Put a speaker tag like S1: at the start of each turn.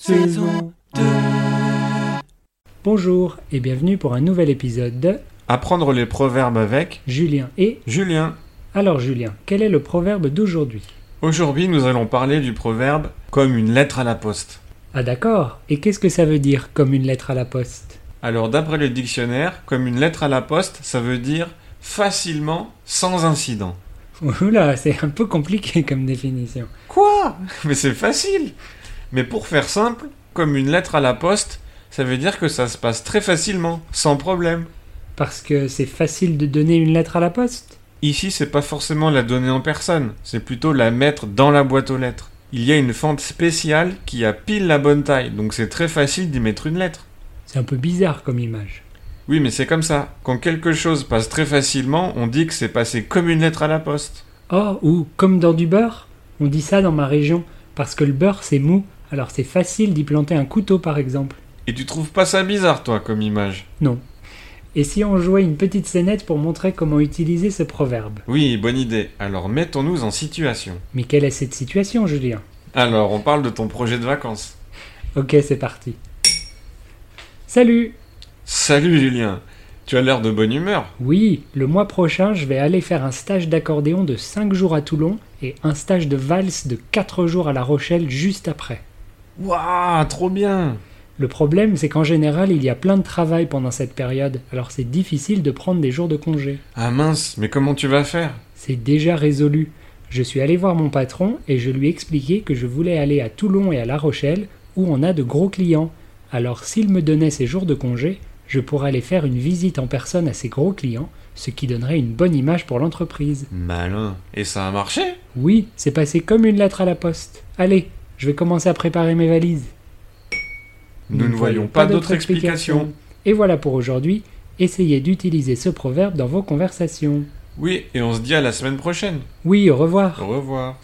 S1: saison 2.
S2: Bonjour et bienvenue pour un nouvel épisode de
S1: Apprendre les proverbes avec
S2: Julien et...
S1: Julien.
S2: Alors Julien, quel est le proverbe d'aujourd'hui
S1: Aujourd'hui, nous allons parler du proverbe comme une lettre à la poste.
S2: Ah d'accord, et qu'est-ce que ça veut dire comme une lettre à la poste
S1: Alors, d'après le dictionnaire, comme une lettre à la poste, ça veut dire facilement, sans incident.
S2: Oula, c'est un peu compliqué comme définition.
S1: Quoi Mais c'est facile Mais pour faire simple, comme une lettre à la poste, ça veut dire que ça se passe très facilement, sans problème.
S2: Parce que c'est facile de donner une lettre à la poste
S1: Ici, c'est pas forcément la donner en personne, c'est plutôt la mettre dans la boîte aux lettres. Il y a une fente spéciale qui a pile la bonne taille, donc c'est très facile d'y mettre une lettre.
S2: C'est un peu bizarre comme image.
S1: Oui, mais c'est comme ça. Quand quelque chose passe très facilement, on dit que c'est passé comme une lettre à la poste.
S2: Oh, ou comme dans du beurre On dit ça dans ma région, parce que le beurre c'est mou, alors c'est facile d'y planter un couteau par exemple.
S1: Et tu trouves pas ça bizarre, toi, comme image
S2: Non. Et si on jouait une petite scénette pour montrer comment utiliser ce proverbe
S1: Oui, bonne idée. Alors mettons-nous en situation.
S2: Mais quelle est cette situation, Julien
S1: Alors, on parle de ton projet de vacances.
S2: Ok, c'est parti. Salut
S1: Salut Julien Tu as l'air de bonne humeur.
S2: Oui, le mois prochain, je vais aller faire un stage d'accordéon de 5 jours à Toulon et un stage de valse de 4 jours à La Rochelle juste après.
S1: Waouh, trop bien
S2: Le problème, c'est qu'en général, il y a plein de travail pendant cette période, alors c'est difficile de prendre des jours de congé.
S1: Ah mince, mais comment tu vas faire
S2: C'est déjà résolu. Je suis allé voir mon patron et je lui ai expliqué que je voulais aller à Toulon et à La Rochelle où on a de gros clients. Alors s'il me donnait ces jours de congé, je pourrais aller faire une visite en personne à ces gros clients, ce qui donnerait une bonne image pour l'entreprise.
S1: Malin. Et ça a marché
S2: Oui, c'est passé comme une lettre à la poste. Allez, je vais commencer à préparer mes valises.
S1: Nous ne voyons pas d'autre explication.
S2: Et voilà pour aujourd'hui. Essayez d'utiliser ce proverbe dans vos conversations.
S1: Oui, et on se dit à la semaine prochaine.
S2: Oui, au revoir.
S1: Au revoir.